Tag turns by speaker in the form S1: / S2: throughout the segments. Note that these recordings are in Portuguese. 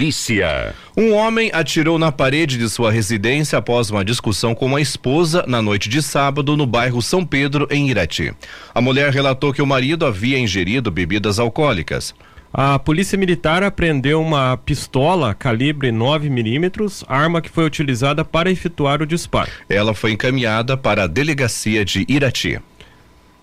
S1: polícia.
S2: Um homem atirou na parede de sua residência após uma discussão com a esposa na noite de sábado no bairro São Pedro, em Irati. A mulher relatou que o marido havia ingerido bebidas alcoólicas.
S3: A polícia militar apreendeu uma pistola calibre 9 milímetros, arma que foi utilizada para efetuar o disparo.
S2: Ela foi encaminhada para a delegacia de Irati.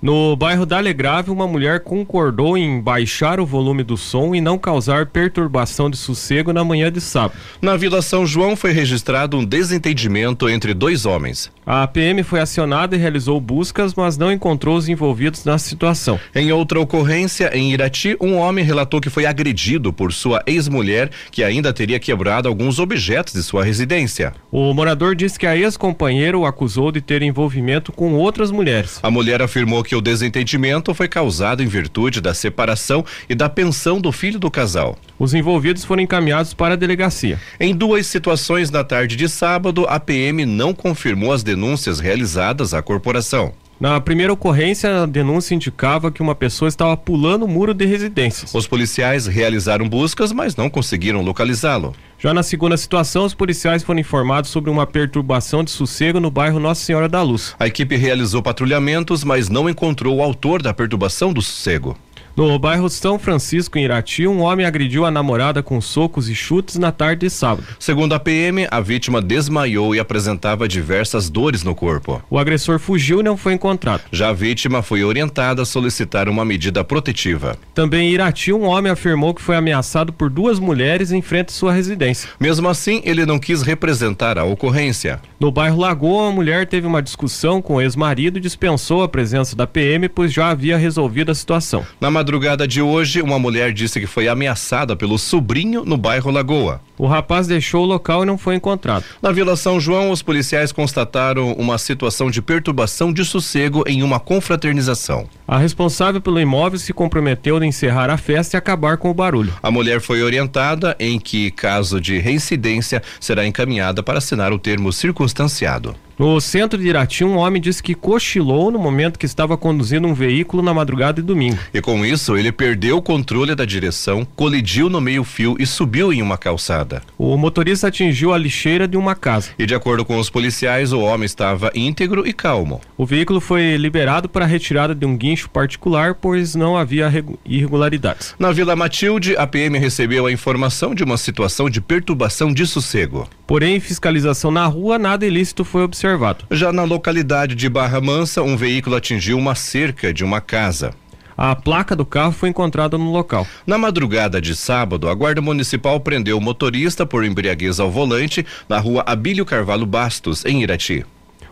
S3: No bairro da Alegrave, uma mulher concordou em baixar o volume do som e não causar perturbação de sossego na manhã de sábado.
S2: Na Vila São João foi registrado um desentendimento entre dois homens.
S3: A PM foi acionada e realizou buscas, mas não encontrou os envolvidos na situação.
S2: Em outra ocorrência, em Irati, um homem relatou que foi agredido por sua ex-mulher, que ainda teria quebrado alguns objetos de sua residência.
S3: O morador disse que a ex-companheira o acusou de ter envolvimento com outras mulheres.
S2: A mulher afirmou que o desentendimento foi causado em virtude da separação e da pensão do filho do casal.
S3: Os envolvidos foram encaminhados para a delegacia.
S2: Em duas situações na tarde de sábado, a PM não confirmou as denúncias realizadas à corporação.
S3: Na primeira ocorrência, a denúncia indicava que uma pessoa estava pulando o muro de residências.
S2: Os policiais realizaram buscas, mas não conseguiram localizá-lo.
S3: Já na segunda situação, os policiais foram informados sobre uma perturbação de sossego no bairro Nossa Senhora da Luz.
S2: A equipe realizou patrulhamentos, mas não encontrou o autor da perturbação do sossego.
S3: No bairro São Francisco, em Irati, um homem agrediu a namorada com socos e chutes na tarde de sábado.
S2: Segundo a PM, a vítima desmaiou e apresentava diversas dores no corpo.
S3: O agressor fugiu e não foi encontrado.
S2: Já a vítima foi orientada a solicitar uma medida protetiva.
S3: Também em Irati, um homem afirmou que foi ameaçado por duas mulheres em frente à sua residência.
S2: Mesmo assim, ele não quis representar a ocorrência.
S3: No bairro Lagoa, a mulher teve uma discussão com o ex-marido e dispensou a presença da PM, pois já havia resolvido a situação.
S2: Na madrugada de hoje, uma mulher disse que foi ameaçada pelo sobrinho no bairro Lagoa.
S3: O rapaz deixou o local e não foi encontrado.
S2: Na Vila São João, os policiais constataram uma situação de perturbação de sossego em uma confraternização.
S3: A responsável pelo imóvel se comprometeu de encerrar a festa e acabar com o barulho.
S2: A mulher foi orientada em que, caso de reincidência, será encaminhada para assinar o termo circunstanciado.
S3: No centro de Irati, um homem disse que cochilou no momento que estava conduzindo um veículo na madrugada de domingo.
S2: E com isso, ele perdeu o controle da direção, colidiu no meio-fio e subiu em uma calçada.
S3: O motorista atingiu a lixeira de uma casa.
S2: E de acordo com os policiais, o homem estava íntegro e calmo.
S3: O veículo foi liberado para a retirada de um guincho particular, pois não havia irregularidades.
S2: Na Vila Matilde, a PM recebeu a informação de uma situação de perturbação de sossego.
S3: Porém, fiscalização na rua, nada ilícito foi observado.
S2: Já na localidade de Barra Mansa, um veículo atingiu uma cerca de uma casa.
S3: A placa do carro foi encontrada no local.
S2: Na madrugada de sábado, a Guarda Municipal prendeu o motorista por embriaguez ao volante na rua Abílio Carvalho Bastos, em Irati.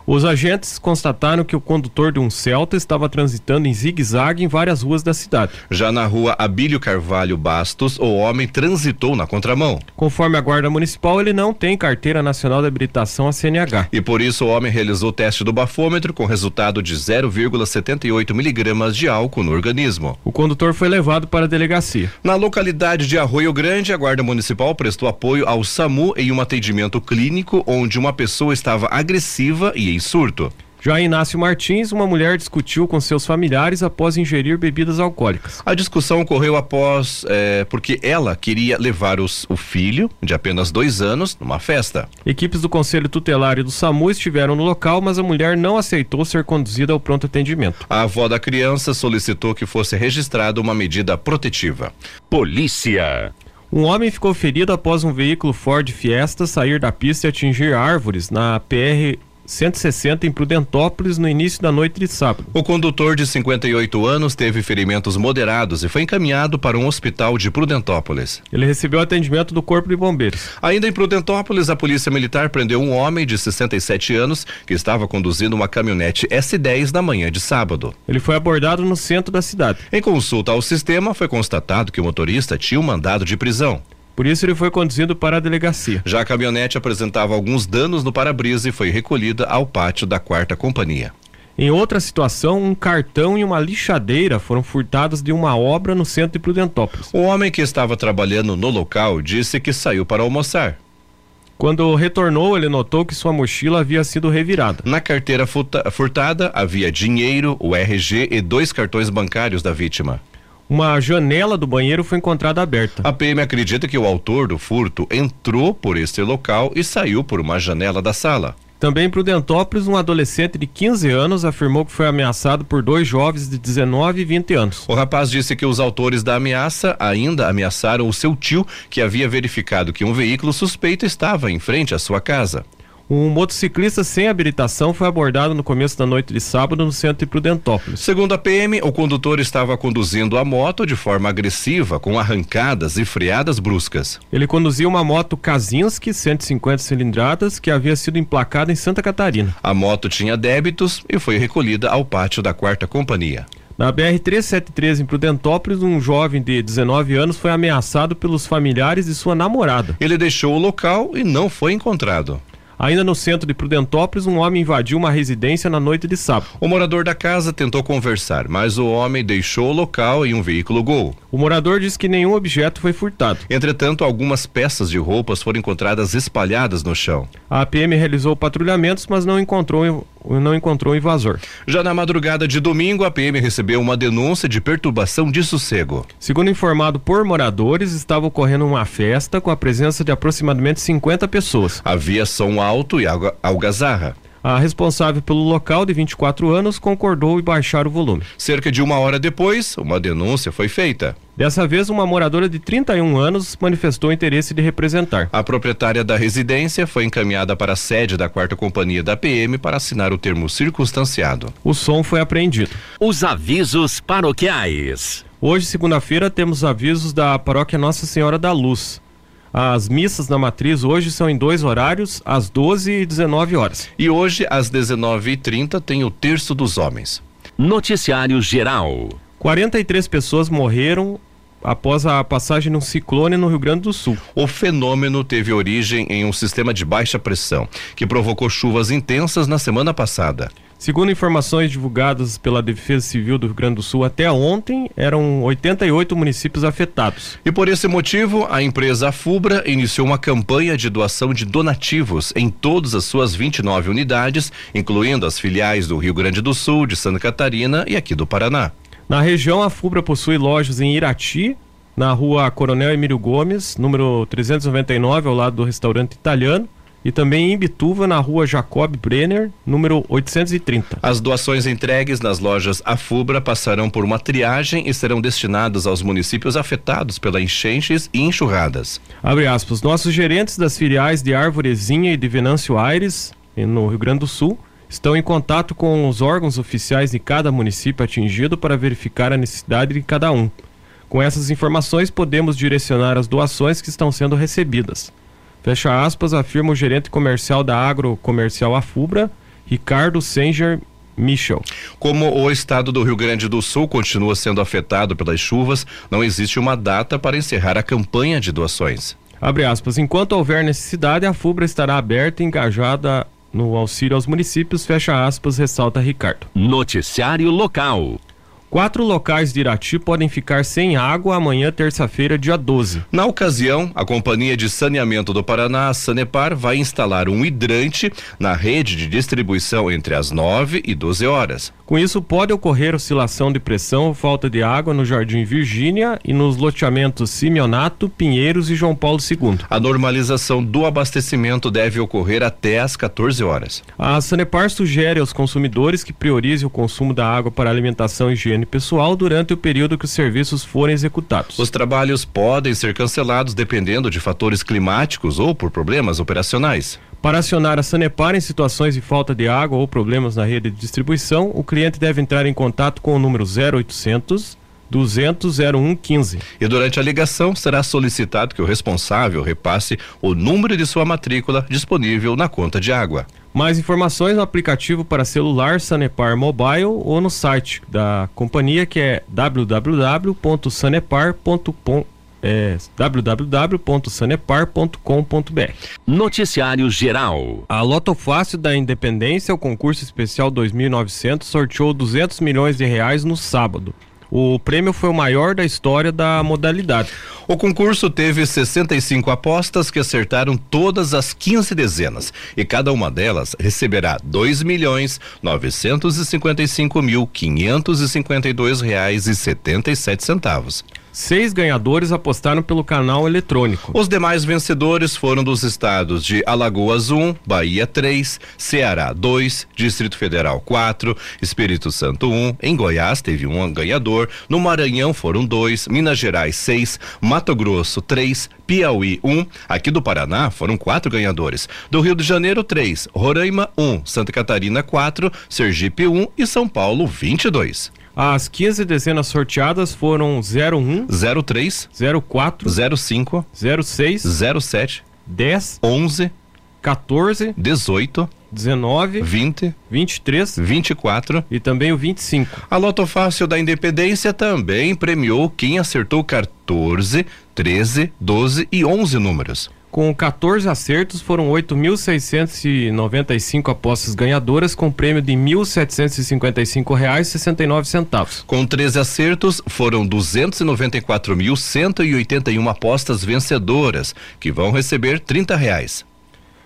S3: Os agentes constataram que o condutor de um Celta estava transitando em zigue-zague em várias ruas da cidade.
S2: Já na rua Abílio Carvalho Bastos, o homem transitou na contramão.
S3: Conforme a Guarda Municipal, ele não tem carteira nacional de habilitação a CNH.
S2: E por isso o homem realizou o teste do bafômetro com resultado de 0,78 miligramas de álcool no organismo.
S3: O condutor foi levado para a delegacia.
S2: Na localidade de Arroio Grande, a Guarda Municipal prestou apoio ao SAMU em um atendimento clínico onde uma pessoa estava agressiva e em surto.
S3: Já Inácio Martins, uma mulher discutiu com seus familiares após ingerir bebidas alcoólicas.
S2: A discussão ocorreu após é, porque ela queria levar os, o filho, de apenas dois anos, numa festa.
S3: Equipes do Conselho Tutelar e do SAMU estiveram no local, mas a mulher não aceitou ser conduzida ao pronto atendimento.
S2: A avó da criança solicitou que fosse registrada uma medida protetiva.
S1: Polícia.
S3: Um homem ficou ferido após um veículo Ford Fiesta sair da pista e atingir árvores na PR 160 em Prudentópolis no início da noite de sábado.
S2: O condutor de 58 anos teve ferimentos moderados e foi encaminhado para um hospital de Prudentópolis.
S3: Ele recebeu atendimento do Corpo de Bombeiros.
S2: Ainda em Prudentópolis, a Polícia Militar prendeu um homem de 67 anos que estava conduzindo uma caminhonete S10 na manhã de sábado.
S3: Ele foi abordado no centro da cidade.
S2: Em consulta ao sistema, foi constatado que o motorista tinha um mandado de prisão.
S3: Por isso ele foi conduzido para a delegacia.
S2: Já a caminhonete apresentava alguns danos no para-brisa e foi recolhida ao pátio da quarta companhia.
S3: Em outra situação, um cartão e uma lixadeira foram furtadas de uma obra no centro de Prudentópolis.
S2: O homem que estava trabalhando no local disse que saiu para almoçar.
S3: Quando retornou, ele notou que sua mochila havia sido revirada.
S2: Na carteira furtada havia dinheiro, o RG e dois cartões bancários da vítima.
S3: Uma janela do banheiro foi encontrada aberta.
S2: A PM acredita que o autor do furto entrou por este local e saiu por uma janela da sala.
S3: Também em Prudentópolis, um adolescente de 15 anos afirmou que foi ameaçado por dois jovens de 19 e 20 anos.
S2: O rapaz disse que os autores da ameaça ainda ameaçaram o seu tio, que havia verificado que um veículo suspeito estava em frente à sua casa.
S3: Um motociclista sem habilitação foi abordado no começo da noite de sábado no centro de Prudentópolis.
S2: Segundo a PM, o condutor estava conduzindo a moto de forma agressiva, com arrancadas e freadas bruscas.
S3: Ele conduzia uma moto Kazinski 150 cilindradas que havia sido emplacada em Santa Catarina.
S2: A moto tinha débitos e foi recolhida ao pátio da quarta companhia.
S3: Na BR-373, em Prudentópolis, um jovem de 19 anos foi ameaçado pelos familiares de sua namorada.
S2: Ele deixou o local e não foi encontrado.
S3: Ainda no centro de Prudentópolis, um homem invadiu uma residência na noite de sábado.
S2: O morador da casa tentou conversar, mas o homem deixou o local em um veículo Gol.
S3: O morador diz que nenhum objeto foi furtado.
S2: Entretanto, algumas peças de roupas foram encontradas espalhadas no chão.
S3: A PM realizou patrulhamentos, mas não encontrou não encontrou invasor.
S2: Já na madrugada de domingo, a PM recebeu uma denúncia de perturbação de sossego.
S3: Segundo informado por moradores, estava ocorrendo uma festa com a presença de aproximadamente 50 pessoas.
S2: Havia som alto e alga- algazarra.
S3: A responsável pelo local, de 24 anos, concordou em baixar o volume.
S2: Cerca de uma hora depois, uma denúncia foi feita.
S3: Dessa vez, uma moradora de 31 anos manifestou interesse de representar.
S2: A proprietária da residência foi encaminhada para a sede da quarta companhia da PM para assinar o termo circunstanciado.
S3: O som foi apreendido.
S1: Os avisos paroquiais.
S3: Hoje, segunda-feira, temos avisos da paróquia Nossa Senhora da Luz. As missas na matriz hoje são em dois horários, às 12 e 19 horas.
S2: E hoje, às 19h30, tem o terço dos homens.
S1: Noticiário geral.
S3: 43 pessoas morreram após a passagem de um ciclone no Rio Grande do Sul.
S2: O fenômeno teve origem em um sistema de baixa pressão, que provocou chuvas intensas na semana passada.
S3: Segundo informações divulgadas pela Defesa Civil do Rio Grande do Sul, até ontem eram 88 municípios afetados.
S2: E por esse motivo, a empresa Fubra iniciou uma campanha de doação de donativos em todas as suas 29 unidades, incluindo as filiais do Rio Grande do Sul, de Santa Catarina e aqui do Paraná.
S3: Na região, a FUBRA possui lojas em Irati, na rua Coronel Emílio Gomes, número 399, ao lado do restaurante italiano, e também em Bituva, na rua Jacob Brenner, número 830.
S2: As doações entregues nas lojas Afubra passarão por uma triagem e serão destinadas aos municípios afetados pela enchentes e enxurradas.
S3: Abre aspas. Nossos gerentes das filiais de Arvorezinha e de Venâncio Aires, eh, no Rio Grande do Sul, estão em contato com os órgãos oficiais de cada município atingido para verificar a necessidade de cada um. Com essas informações, podemos direcionar as doações que estão sendo recebidas. Fecha aspas, afirma o gerente comercial da Agrocomercial Afubra, Ricardo Senger Michel.
S2: Como o estado do Rio Grande do Sul continua sendo afetado pelas chuvas, não existe uma data para encerrar a campanha de doações.
S3: Abre aspas. Enquanto houver necessidade, a FUBRA estará aberta e engajada no auxílio aos municípios. Fecha aspas, ressalta Ricardo.
S1: Noticiário local.
S3: Quatro locais de Irati podem ficar sem água amanhã, terça-feira, dia 12.
S2: Na ocasião, a Companhia de Saneamento do Paraná, a Sanepar, vai instalar um hidrante na rede de distribuição entre as 9 e 12 horas.
S3: Com isso, pode ocorrer oscilação de pressão ou falta de água no Jardim Virgínia e nos loteamentos Simeonato, Pinheiros e João Paulo II.
S2: A normalização do abastecimento deve ocorrer até às 14 horas.
S3: A Sanepar sugere aos consumidores que priorize o consumo da água para alimentação e higiene pessoal durante o período que os serviços forem executados.
S2: Os trabalhos podem ser cancelados dependendo de fatores climáticos ou por problemas operacionais.
S3: Para acionar a Sanepar em situações de falta de água ou problemas na rede de distribuição, o cliente deve entrar em contato com o número 0800 200 0115.
S2: E durante a ligação será solicitado que o responsável repasse o número de sua matrícula disponível na conta de água.
S3: Mais informações no aplicativo para celular Sanepar Mobile ou no site da companhia que é www.sanepar.com é, www.sanepar.com.br
S1: Noticiário geral.
S3: A Loto Fácil da Independência, o concurso especial 2900, sorteou 200 milhões de reais no sábado. O prêmio foi o maior da história da modalidade.
S2: O concurso teve 65 apostas que acertaram todas as 15 dezenas e cada uma delas receberá dois milhões novecentos e cinquenta e cinco mil quinhentos e cinquenta e dois reais e setenta e sete centavos.
S3: Seis ganhadores apostaram pelo canal eletrônico.
S2: Os demais vencedores foram dos estados de Alagoas 1, Bahia 3, Ceará 2, Distrito Federal 4, Espírito Santo 1, em Goiás teve um ganhador, no Maranhão foram dois, Minas Gerais 6, Mato Grosso 3, Piauí 1, aqui do Paraná foram quatro ganhadores, do Rio de Janeiro 3, Roraima 1, Santa Catarina 4, Sergipe 1 e São Paulo 22.
S3: As 15 dezenas sorteadas foram 01,
S2: 03,
S3: 04,
S2: 05,
S3: 06,
S2: 07,
S3: 10,
S2: 11,
S3: 14,
S2: 18,
S3: 19,
S2: 20,
S3: 23
S2: 24.
S3: e também o 25.
S2: A Loto Fácil da Independência também premiou quem acertou 14, 13, 12 e 11 números.
S3: Com 14 acertos, foram 8.695 apostas ganhadoras, com prêmio de R$ 1.755,69.
S2: Com 13 acertos, foram 294.181 apostas vencedoras, que vão receber 30 reais.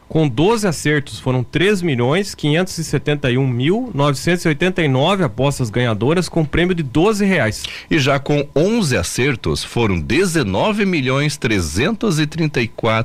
S3: Com 12 acertos, foram 3.571.989 apostas ganhadoras, com prêmio de R$ 12. Reais.
S2: E já com 11 acertos, foram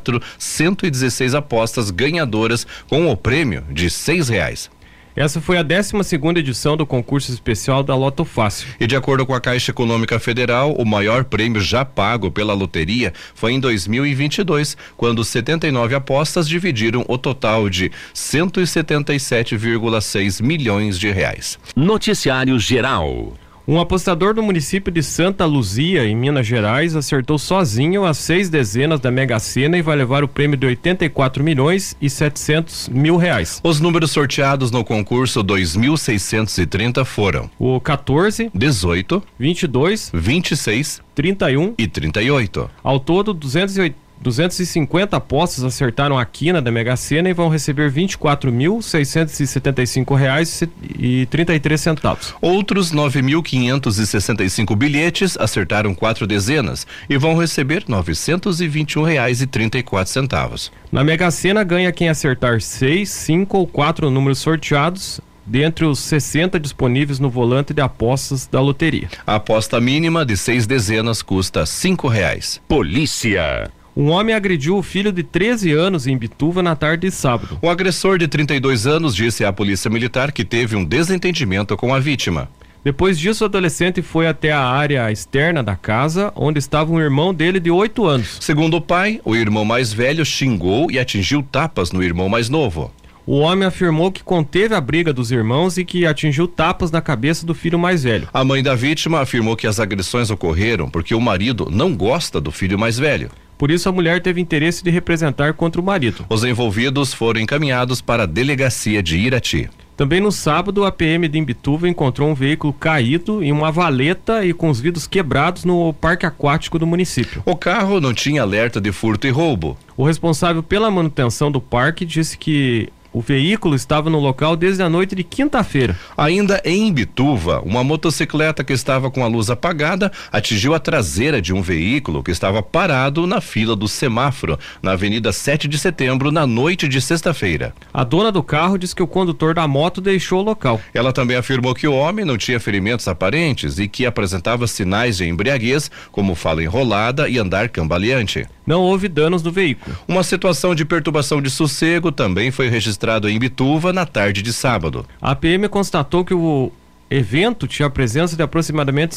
S2: 19.334.116 apostas ganhadoras, com o prêmio de 6 reais.
S3: Essa foi a 12ª edição do concurso especial da Loto Fácil.
S2: E de acordo com a Caixa Econômica Federal, o maior prêmio já pago pela loteria foi em 2022, quando 79 apostas dividiram o total de 177,6 milhões de reais.
S1: Noticiário Geral.
S3: Um apostador do município de Santa Luzia, em Minas Gerais, acertou sozinho as seis dezenas da Mega Sena e vai levar o prêmio de 84 milhões e 700 mil reais.
S2: Os números sorteados no concurso 2630 foram
S3: O 14,
S2: 18,
S3: 22,
S2: 26
S3: 31,
S2: e 38.
S3: ao todo 208 250 apostas acertaram a quina da Mega Sena e vão receber R$ 24.675,33. reais e 33 centavos.
S2: Outros 9.565 bilhetes acertaram quatro dezenas e vão receber R$ 921,34.
S3: Na Mega Sena ganha quem acertar seis, cinco ou quatro números sorteados dentre os 60 disponíveis no volante de apostas da loteria.
S2: A aposta mínima de seis dezenas custa cinco reais.
S1: Polícia.
S3: Um homem agrediu o filho de 13 anos em Bituva na tarde de sábado.
S2: O agressor de 32 anos disse à polícia militar que teve um desentendimento com a vítima.
S3: Depois disso, o adolescente foi até a área externa da casa, onde estava um irmão dele de 8 anos.
S2: Segundo o pai, o irmão mais velho xingou e atingiu tapas no irmão mais novo.
S3: O homem afirmou que conteve a briga dos irmãos e que atingiu tapas na cabeça do filho mais velho.
S2: A mãe da vítima afirmou que as agressões ocorreram porque o marido não gosta do filho mais velho.
S3: Por isso, a mulher teve interesse de representar contra o marido.
S2: Os envolvidos foram encaminhados para a delegacia de Irati.
S3: Também no sábado, a PM de Imbituva encontrou um veículo caído em uma valeta e com os vidros quebrados no parque aquático do município.
S2: O carro não tinha alerta de furto e roubo.
S3: O responsável pela manutenção do parque disse que o veículo estava no local desde a noite de quinta-feira.
S2: Ainda em Bituva, uma motocicleta que estava com a luz apagada atingiu a traseira de um veículo que estava parado na fila do semáforo, na Avenida 7 de Setembro, na noite de sexta-feira.
S3: A dona do carro disse que o condutor da moto deixou o local.
S2: Ela também afirmou que o homem não tinha ferimentos aparentes e que apresentava sinais de embriaguez, como fala enrolada e andar cambaleante.
S3: Não houve danos no veículo.
S2: Uma situação de perturbação de sossego também foi registrada em Bituva na tarde de sábado.
S3: A PM constatou que o evento tinha a presença de aproximadamente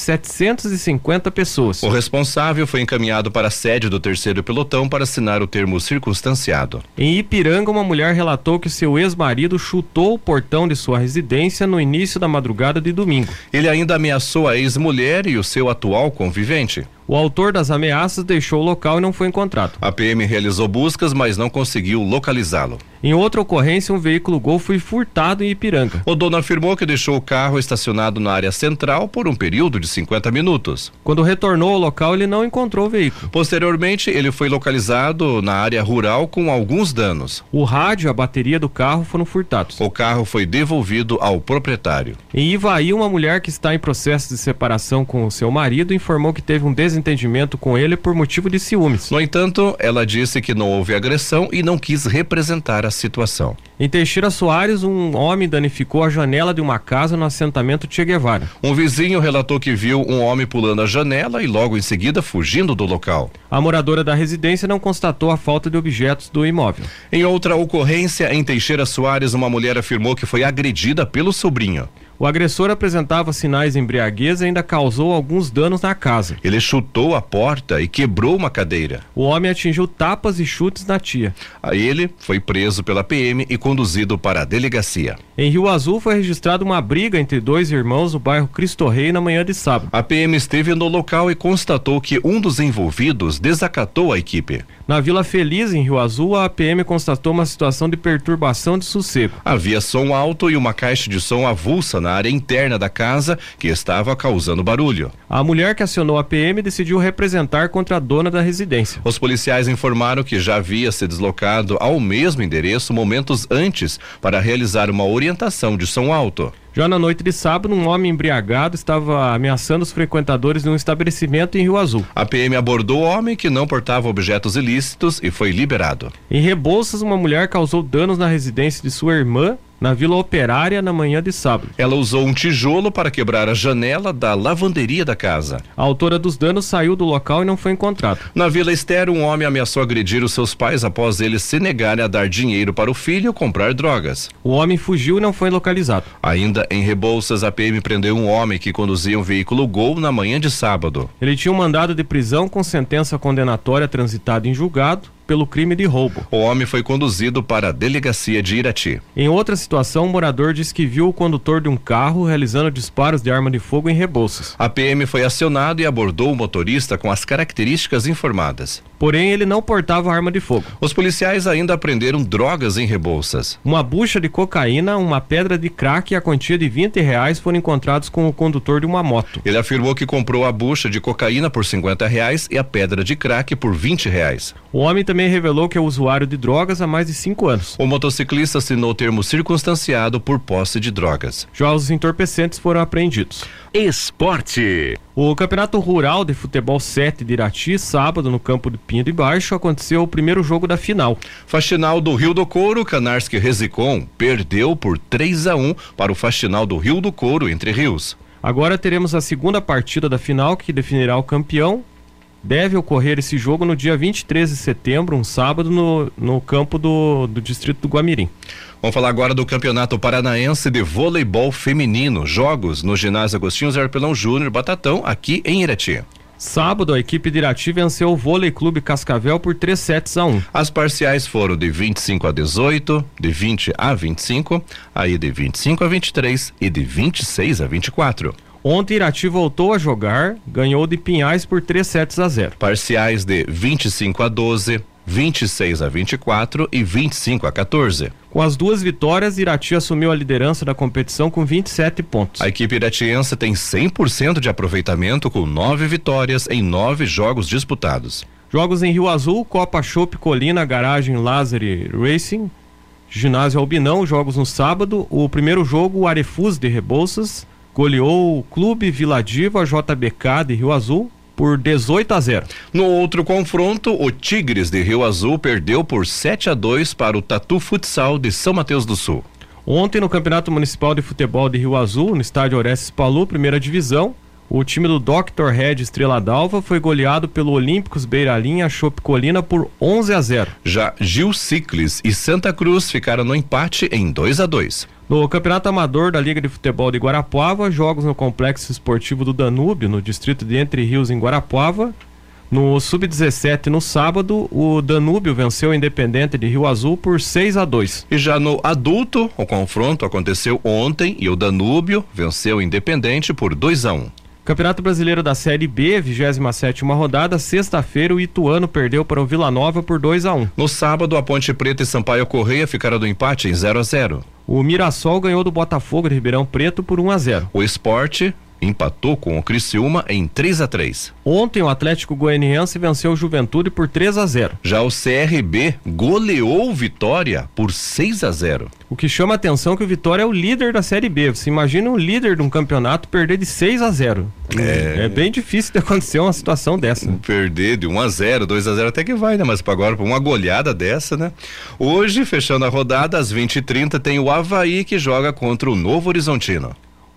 S3: 750 pessoas.
S2: O responsável foi encaminhado para a sede do terceiro pelotão para assinar o termo circunstanciado.
S3: Em Ipiranga, uma mulher relatou que seu ex-marido chutou o portão de sua residência no início da madrugada de domingo.
S2: Ele ainda ameaçou a ex-mulher e o seu atual convivente.
S3: O autor das ameaças deixou o local e não foi encontrado.
S2: A PM realizou buscas, mas não conseguiu localizá-lo.
S3: Em outra ocorrência, um veículo Gol foi furtado em Ipiranga.
S2: O dono afirmou que deixou o carro estacionado na área central por um período de 50 minutos.
S3: Quando retornou ao local, ele não encontrou o veículo.
S2: Posteriormente, ele foi localizado na área rural com alguns danos.
S3: O rádio e a bateria do carro foram furtados.
S2: O carro foi devolvido ao proprietário.
S3: Em Ivaí, uma mulher que está em processo de separação com o seu marido informou que teve um desentendimento com ele por motivo de ciúmes.
S2: No entanto, ela disse que não houve agressão e não quis representar a situação.
S3: Em Teixeira Soares, um homem danificou a janela de uma casa no assentamento Che Guevara.
S2: Um vizinho relatou que viu um homem pulando a janela e logo em seguida fugindo do local.
S3: A moradora da residência não constatou a falta de objetos do imóvel.
S2: Em outra ocorrência, em Teixeira Soares, uma mulher afirmou que foi agredida pelo sobrinho.
S3: O agressor apresentava sinais de embriaguez e ainda causou alguns danos na casa.
S2: Ele chutou a porta e quebrou uma cadeira.
S3: O homem atingiu tapas e chutes na tia.
S2: Aí ele foi preso pela PM e conduzido para a delegacia.
S3: Em Rio Azul foi registrada uma briga entre dois irmãos no bairro Cristo Rei na manhã de sábado.
S2: A PM esteve no local e constatou que um dos envolvidos desacatou a equipe.
S3: Na Vila Feliz, em Rio Azul, a PM constatou uma situação de perturbação de sossego.
S2: Havia som alto e uma caixa de som avulsa na área interna da casa que estava causando barulho.
S3: A mulher que acionou a PM decidiu representar contra a dona da residência.
S2: Os policiais informaram que já havia se deslocado ao mesmo endereço momentos antes para realizar uma orientação de som alto.
S3: Já na noite de sábado, um homem embriagado estava ameaçando os frequentadores de um estabelecimento em Rio Azul.
S2: A PM abordou o homem que não portava objetos ilícitos e foi liberado.
S3: Em Rebouças, uma mulher causou danos na residência de sua irmã na Vila Operária na manhã de sábado.
S2: Ela usou um tijolo para quebrar a janela da lavanderia da casa.
S3: A autora dos danos saiu do local e não foi encontrada.
S2: Na Vila Esther, um homem ameaçou agredir os seus pais após eles se negarem a dar dinheiro para o filho comprar drogas.
S3: O homem fugiu e não foi localizado.
S2: Ainda em Rebouças, a PM prendeu um homem que conduzia um veículo Gol na manhã de sábado.
S3: Ele tinha um mandado de prisão com sentença condenatória transitada em julgado pelo crime de roubo.
S2: O homem foi conduzido para a delegacia de Irati.
S3: Em outra situação, o um morador diz que viu o condutor de um carro realizando disparos de arma de fogo em Rebouças.
S2: A PM foi acionado e abordou o motorista com as características informadas.
S3: Porém, ele não portava arma de fogo.
S2: Os policiais ainda apreenderam drogas em Rebouças.
S3: Uma bucha de cocaína, uma pedra de crack e a quantia de 20 reais foram encontrados com o condutor de uma moto.
S2: Ele afirmou que comprou a bucha de cocaína por 50 reais e a pedra de crack por 20 reais.
S3: O homem também revelou que é usuário de drogas há mais de cinco anos.
S2: O motociclista assinou o termo circunstanciado por posse de drogas.
S3: Já os entorpecentes foram apreendidos.
S1: Esporte.
S3: O Campeonato Rural de Futebol 7 de Irati, sábado, no campo de Pinho de Baixo, aconteceu o primeiro jogo da final.
S2: Faxinal do Rio do Couro, Canarski Resicom, perdeu por 3 a 1 para o Faxinal do Rio do Couro, Entre Rios.
S3: Agora teremos a segunda partida da final, que definirá o campeão, deve ocorrer esse jogo no dia 23 de setembro, um sábado, no, no campo do, do distrito do Guamirim.
S2: Vamos falar agora do Campeonato Paranaense de Voleibol Feminino. Jogos no ginásio Agostinho Zarpelão Júnior Batatão, aqui em Irati.
S3: Sábado, a equipe de Irati venceu o Vôlei Clube Cascavel por 3 sets a 1.
S2: As parciais foram de 25 a 18, de 20 a 25, aí de 25 a 23 e de 26 a 24.
S3: Ontem Irati voltou a jogar, ganhou de Pinhais por 3 sets a 0.
S2: Parciais de 25 a 12, 26 a 24 e 25 a 14.
S3: Com as duas vitórias, Irati assumiu a liderança da competição com 27 pontos.
S2: A equipe iratiense tem 100% de aproveitamento com nove vitórias em nove jogos disputados.
S3: Jogos em Rio Azul, Copa Chopp Colina, Garagem Lázaro Racing, Ginásio Albinão, jogos no sábado. O primeiro jogo, o Arefus de Rebouças, goleou o Clube Viladiva JBK de Rio Azul por 18 a 0.
S2: No outro confronto, o Tigres de Rio Azul perdeu por 7 a 2 para o Tatu Futsal de São Mateus do Sul.
S3: Ontem no Campeonato Municipal de Futebol de Rio Azul, no estádio Orestes Palu, primeira divisão, o time do Dr. Red Estrela d'Alva foi goleado pelo Olímpicos Beiralinha Chopicolina por 11 a 0.
S2: Já Gil Ciclis e Santa Cruz ficaram no empate em 2 a 2.
S3: No Campeonato Amador da Liga de Futebol de Guarapuava, jogos no Complexo Esportivo do Danúbio, no distrito de Entre Rios, em Guarapuava. No Sub-17, no sábado, o Danúbio venceu o Independente de Rio Azul por 6 a 2.
S2: E já no adulto, o confronto aconteceu ontem e o Danúbio venceu o Independente por 2 a 1. Um.
S3: Campeonato Brasileiro da Série B, 27 rodada, sexta-feira, o Ituano perdeu para o Vila Nova por 2 a 1
S2: No sábado, a Ponte Preta e Sampaio Correia ficaram do empate em 0 a 0
S3: O Mirassol ganhou do Botafogo de Ribeirão Preto por 1 a 0
S2: O esporte empatou com o Criciúma em 3 a 3
S3: Ontem, o Atlético Goianiense venceu o Juventude por 3 a 0
S2: Já o CRB goleou o Vitória por 6 a 0
S3: O que chama a atenção é que o Vitória é o líder da Série B. Você imagina um líder de um campeonato perder de 6 a 0 É, bem difícil de acontecer uma situação dessa.
S2: Perder de 1 a 0 2 a 0 até que vai, né? Mas pra agora, pra uma goleada dessa, né? Hoje, fechando a rodada, às 20h30, tem o Havaí que joga contra o Novo Horizontino.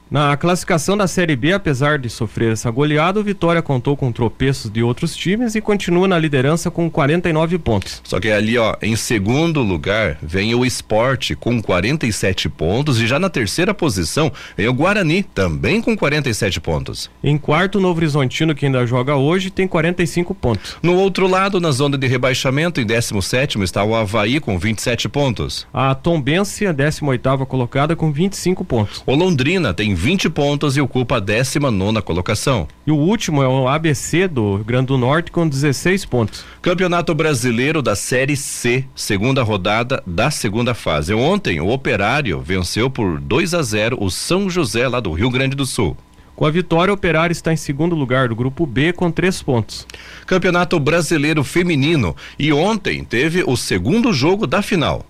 S3: Na classificação da Série B, apesar de sofrer essa goleada, o Vitória contou com tropeços de outros times e continua na liderança com 49 pontos.
S2: Só que ali, ó, em segundo lugar, vem o Esporte com 47 pontos e já na terceira posição vem o Guarani, também com 47 pontos.
S3: Em quarto, o Novo Horizontino, que ainda joga hoje, tem 45 pontos.
S2: No outro lado, na zona de rebaixamento, em 17 está o Havaí com 27 pontos.
S3: A Tombense, é a 18ª colocada, com 25 pontos.
S2: O Londrina tem 20 pontos e ocupa a 19 colocação.
S3: E o último é o ABC do Rio Grande do Norte, com 16 pontos.
S2: Campeonato Brasileiro da Série C, segunda rodada da segunda fase. Ontem, o Operário venceu por 2 a 0 o São José, lá do Rio Grande do Sul.
S3: Com a vitória, o Operário está em segundo lugar do grupo B com três pontos.
S2: Campeonato Brasileiro Feminino. E ontem teve o segundo jogo da final.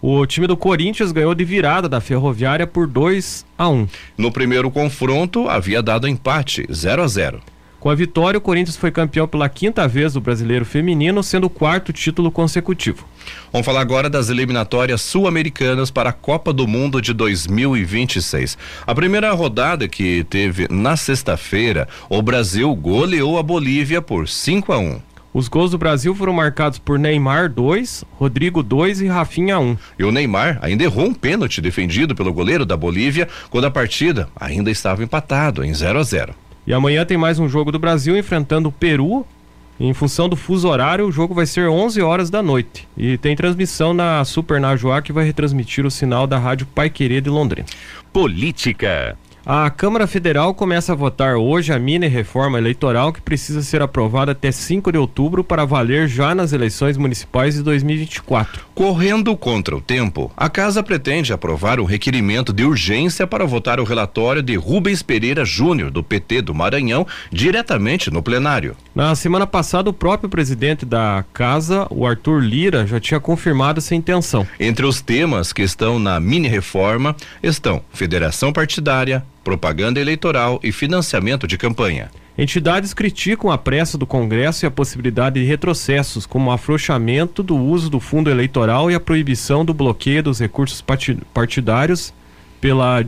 S3: O time do Corinthians ganhou de virada da Ferroviária por 2 a 1.
S2: No primeiro confronto, havia dado empate, 0 a 0
S3: Com a vitória, o Corinthians foi campeão pela quinta vez do Brasileiro Feminino, sendo o quarto título consecutivo.
S2: Vamos falar agora das eliminatórias sul-americanas para a Copa do Mundo de 2026. A primeira rodada que teve na sexta-feira, o Brasil goleou a Bolívia por 5 a 1.
S3: Os gols do Brasil foram marcados por Neymar 2, Rodrigo 2 e Rafinha 1.
S2: E o Neymar ainda errou um pênalti defendido pelo goleiro da Bolívia quando a partida ainda estava empatado em 0 a 0.
S3: E amanhã tem mais um jogo do Brasil enfrentando o Peru. Em função do fuso horário, o jogo vai ser 11 horas da noite. E tem transmissão na Super Najoá que vai retransmitir o sinal da Rádio Pai Querer de Londrina.
S1: Política.
S3: A Câmara Federal começa a votar hoje a mini reforma eleitoral que precisa ser aprovada até 5 de outubro para valer já nas eleições municipais de 2024.
S2: Correndo contra o tempo, a casa pretende aprovar um requerimento de urgência para votar o relatório de Rubens Pereira Júnior do PT do Maranhão diretamente no plenário.
S3: Na semana passada, o próprio presidente da casa, o Arthur Lira, já tinha confirmado essa intenção.
S2: Entre os temas que estão na mini reforma estão federação partidária, propaganda eleitoral e financiamento de campanha.
S3: Entidades criticam a pressa do Congresso e a possibilidade de retrocessos, como o afrouxamento do uso do fundo eleitoral e a proibição do bloqueio dos recursos parti- partidários pela,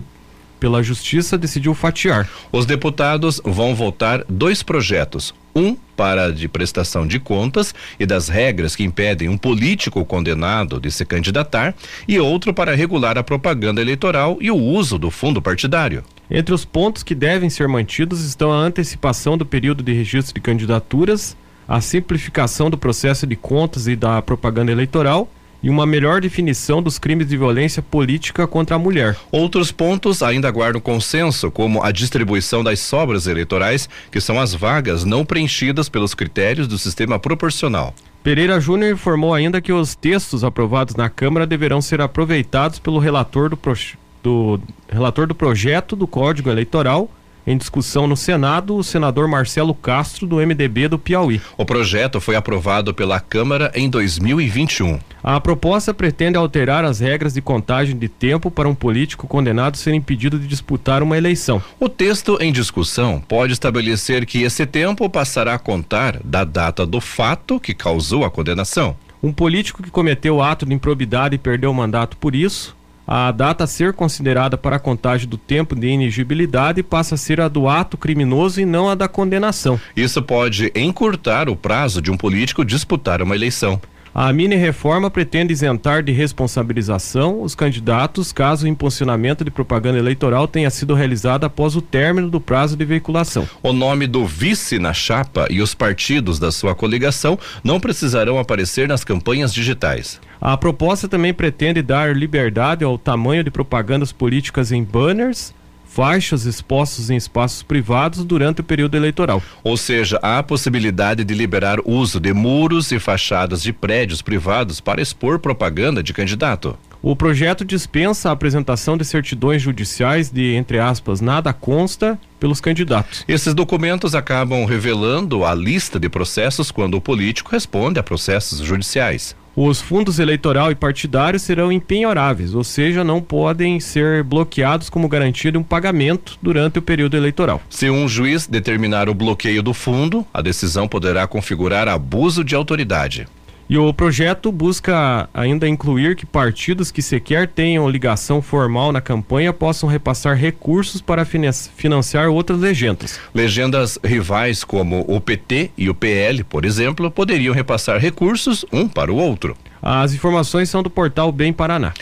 S3: pela Justiça decidiu fatiar.
S2: Os deputados vão votar dois projetos. Um para a de prestação de contas e das regras que impedem um político condenado de se candidatar, e outro para regular a propaganda eleitoral e o uso do fundo partidário.
S3: Entre os pontos que devem ser mantidos estão a antecipação do período de registro de candidaturas, a simplificação do processo de contas e da propaganda eleitoral e uma melhor definição dos crimes de violência política contra a mulher.
S2: Outros pontos ainda aguardam consenso, como a distribuição das sobras eleitorais, que são as vagas não preenchidas pelos critérios do sistema proporcional.
S3: Pereira Júnior informou ainda que os textos aprovados na Câmara deverão ser aproveitados pelo relator do, proje- do- relator do projeto do Código Eleitoral em discussão no Senado, o senador Marcelo Castro, do MDB do Piauí.
S2: O projeto foi aprovado pela Câmara em 2021.
S3: A proposta pretende alterar as regras de contagem de tempo para um político condenado ser impedido de disputar uma eleição.
S2: O texto em discussão pode estabelecer que esse tempo passará a contar da data do fato que causou a condenação.
S3: Um político que cometeu ato de improbidade e perdeu o mandato por isso, a data a ser considerada para a contagem do tempo de inegibilidade passa a ser a do ato criminoso e não a da condenação.
S2: Isso pode encurtar o prazo de um político disputar uma eleição.
S3: A mini-reforma pretende isentar de responsabilização os candidatos caso o impulsionamento de propaganda eleitoral tenha sido realizado após o término do prazo de veiculação.
S2: O nome do vice na chapa e os partidos da sua coligação não precisarão aparecer nas campanhas digitais.
S3: A proposta também pretende dar liberdade ao tamanho de propagandas políticas em banners, faixas expostas em espaços privados durante o período eleitoral.
S2: Ou seja, há a possibilidade de liberar o uso de muros e fachadas de prédios privados para expor propaganda de candidato.
S3: O projeto dispensa a apresentação de certidões judiciais de, entre aspas, nada consta pelos candidatos.
S2: Esses documentos acabam revelando a lista de processos quando o político responde a processos judiciais.
S3: Os fundos eleitoral e partidários serão empenhoráveis, ou seja, não podem ser bloqueados como garantia de um pagamento durante o período eleitoral.
S2: Se um juiz determinar o bloqueio do fundo, a decisão poderá configurar abuso de autoridade.
S3: E o projeto busca ainda incluir que partidos que sequer tenham ligação formal na campanha possam repassar recursos para financiar outras legendas.
S2: Legendas rivais como o PT e o PL, por exemplo, poderiam repassar recursos um para o outro.
S3: As informações são do portal Bem Paraná.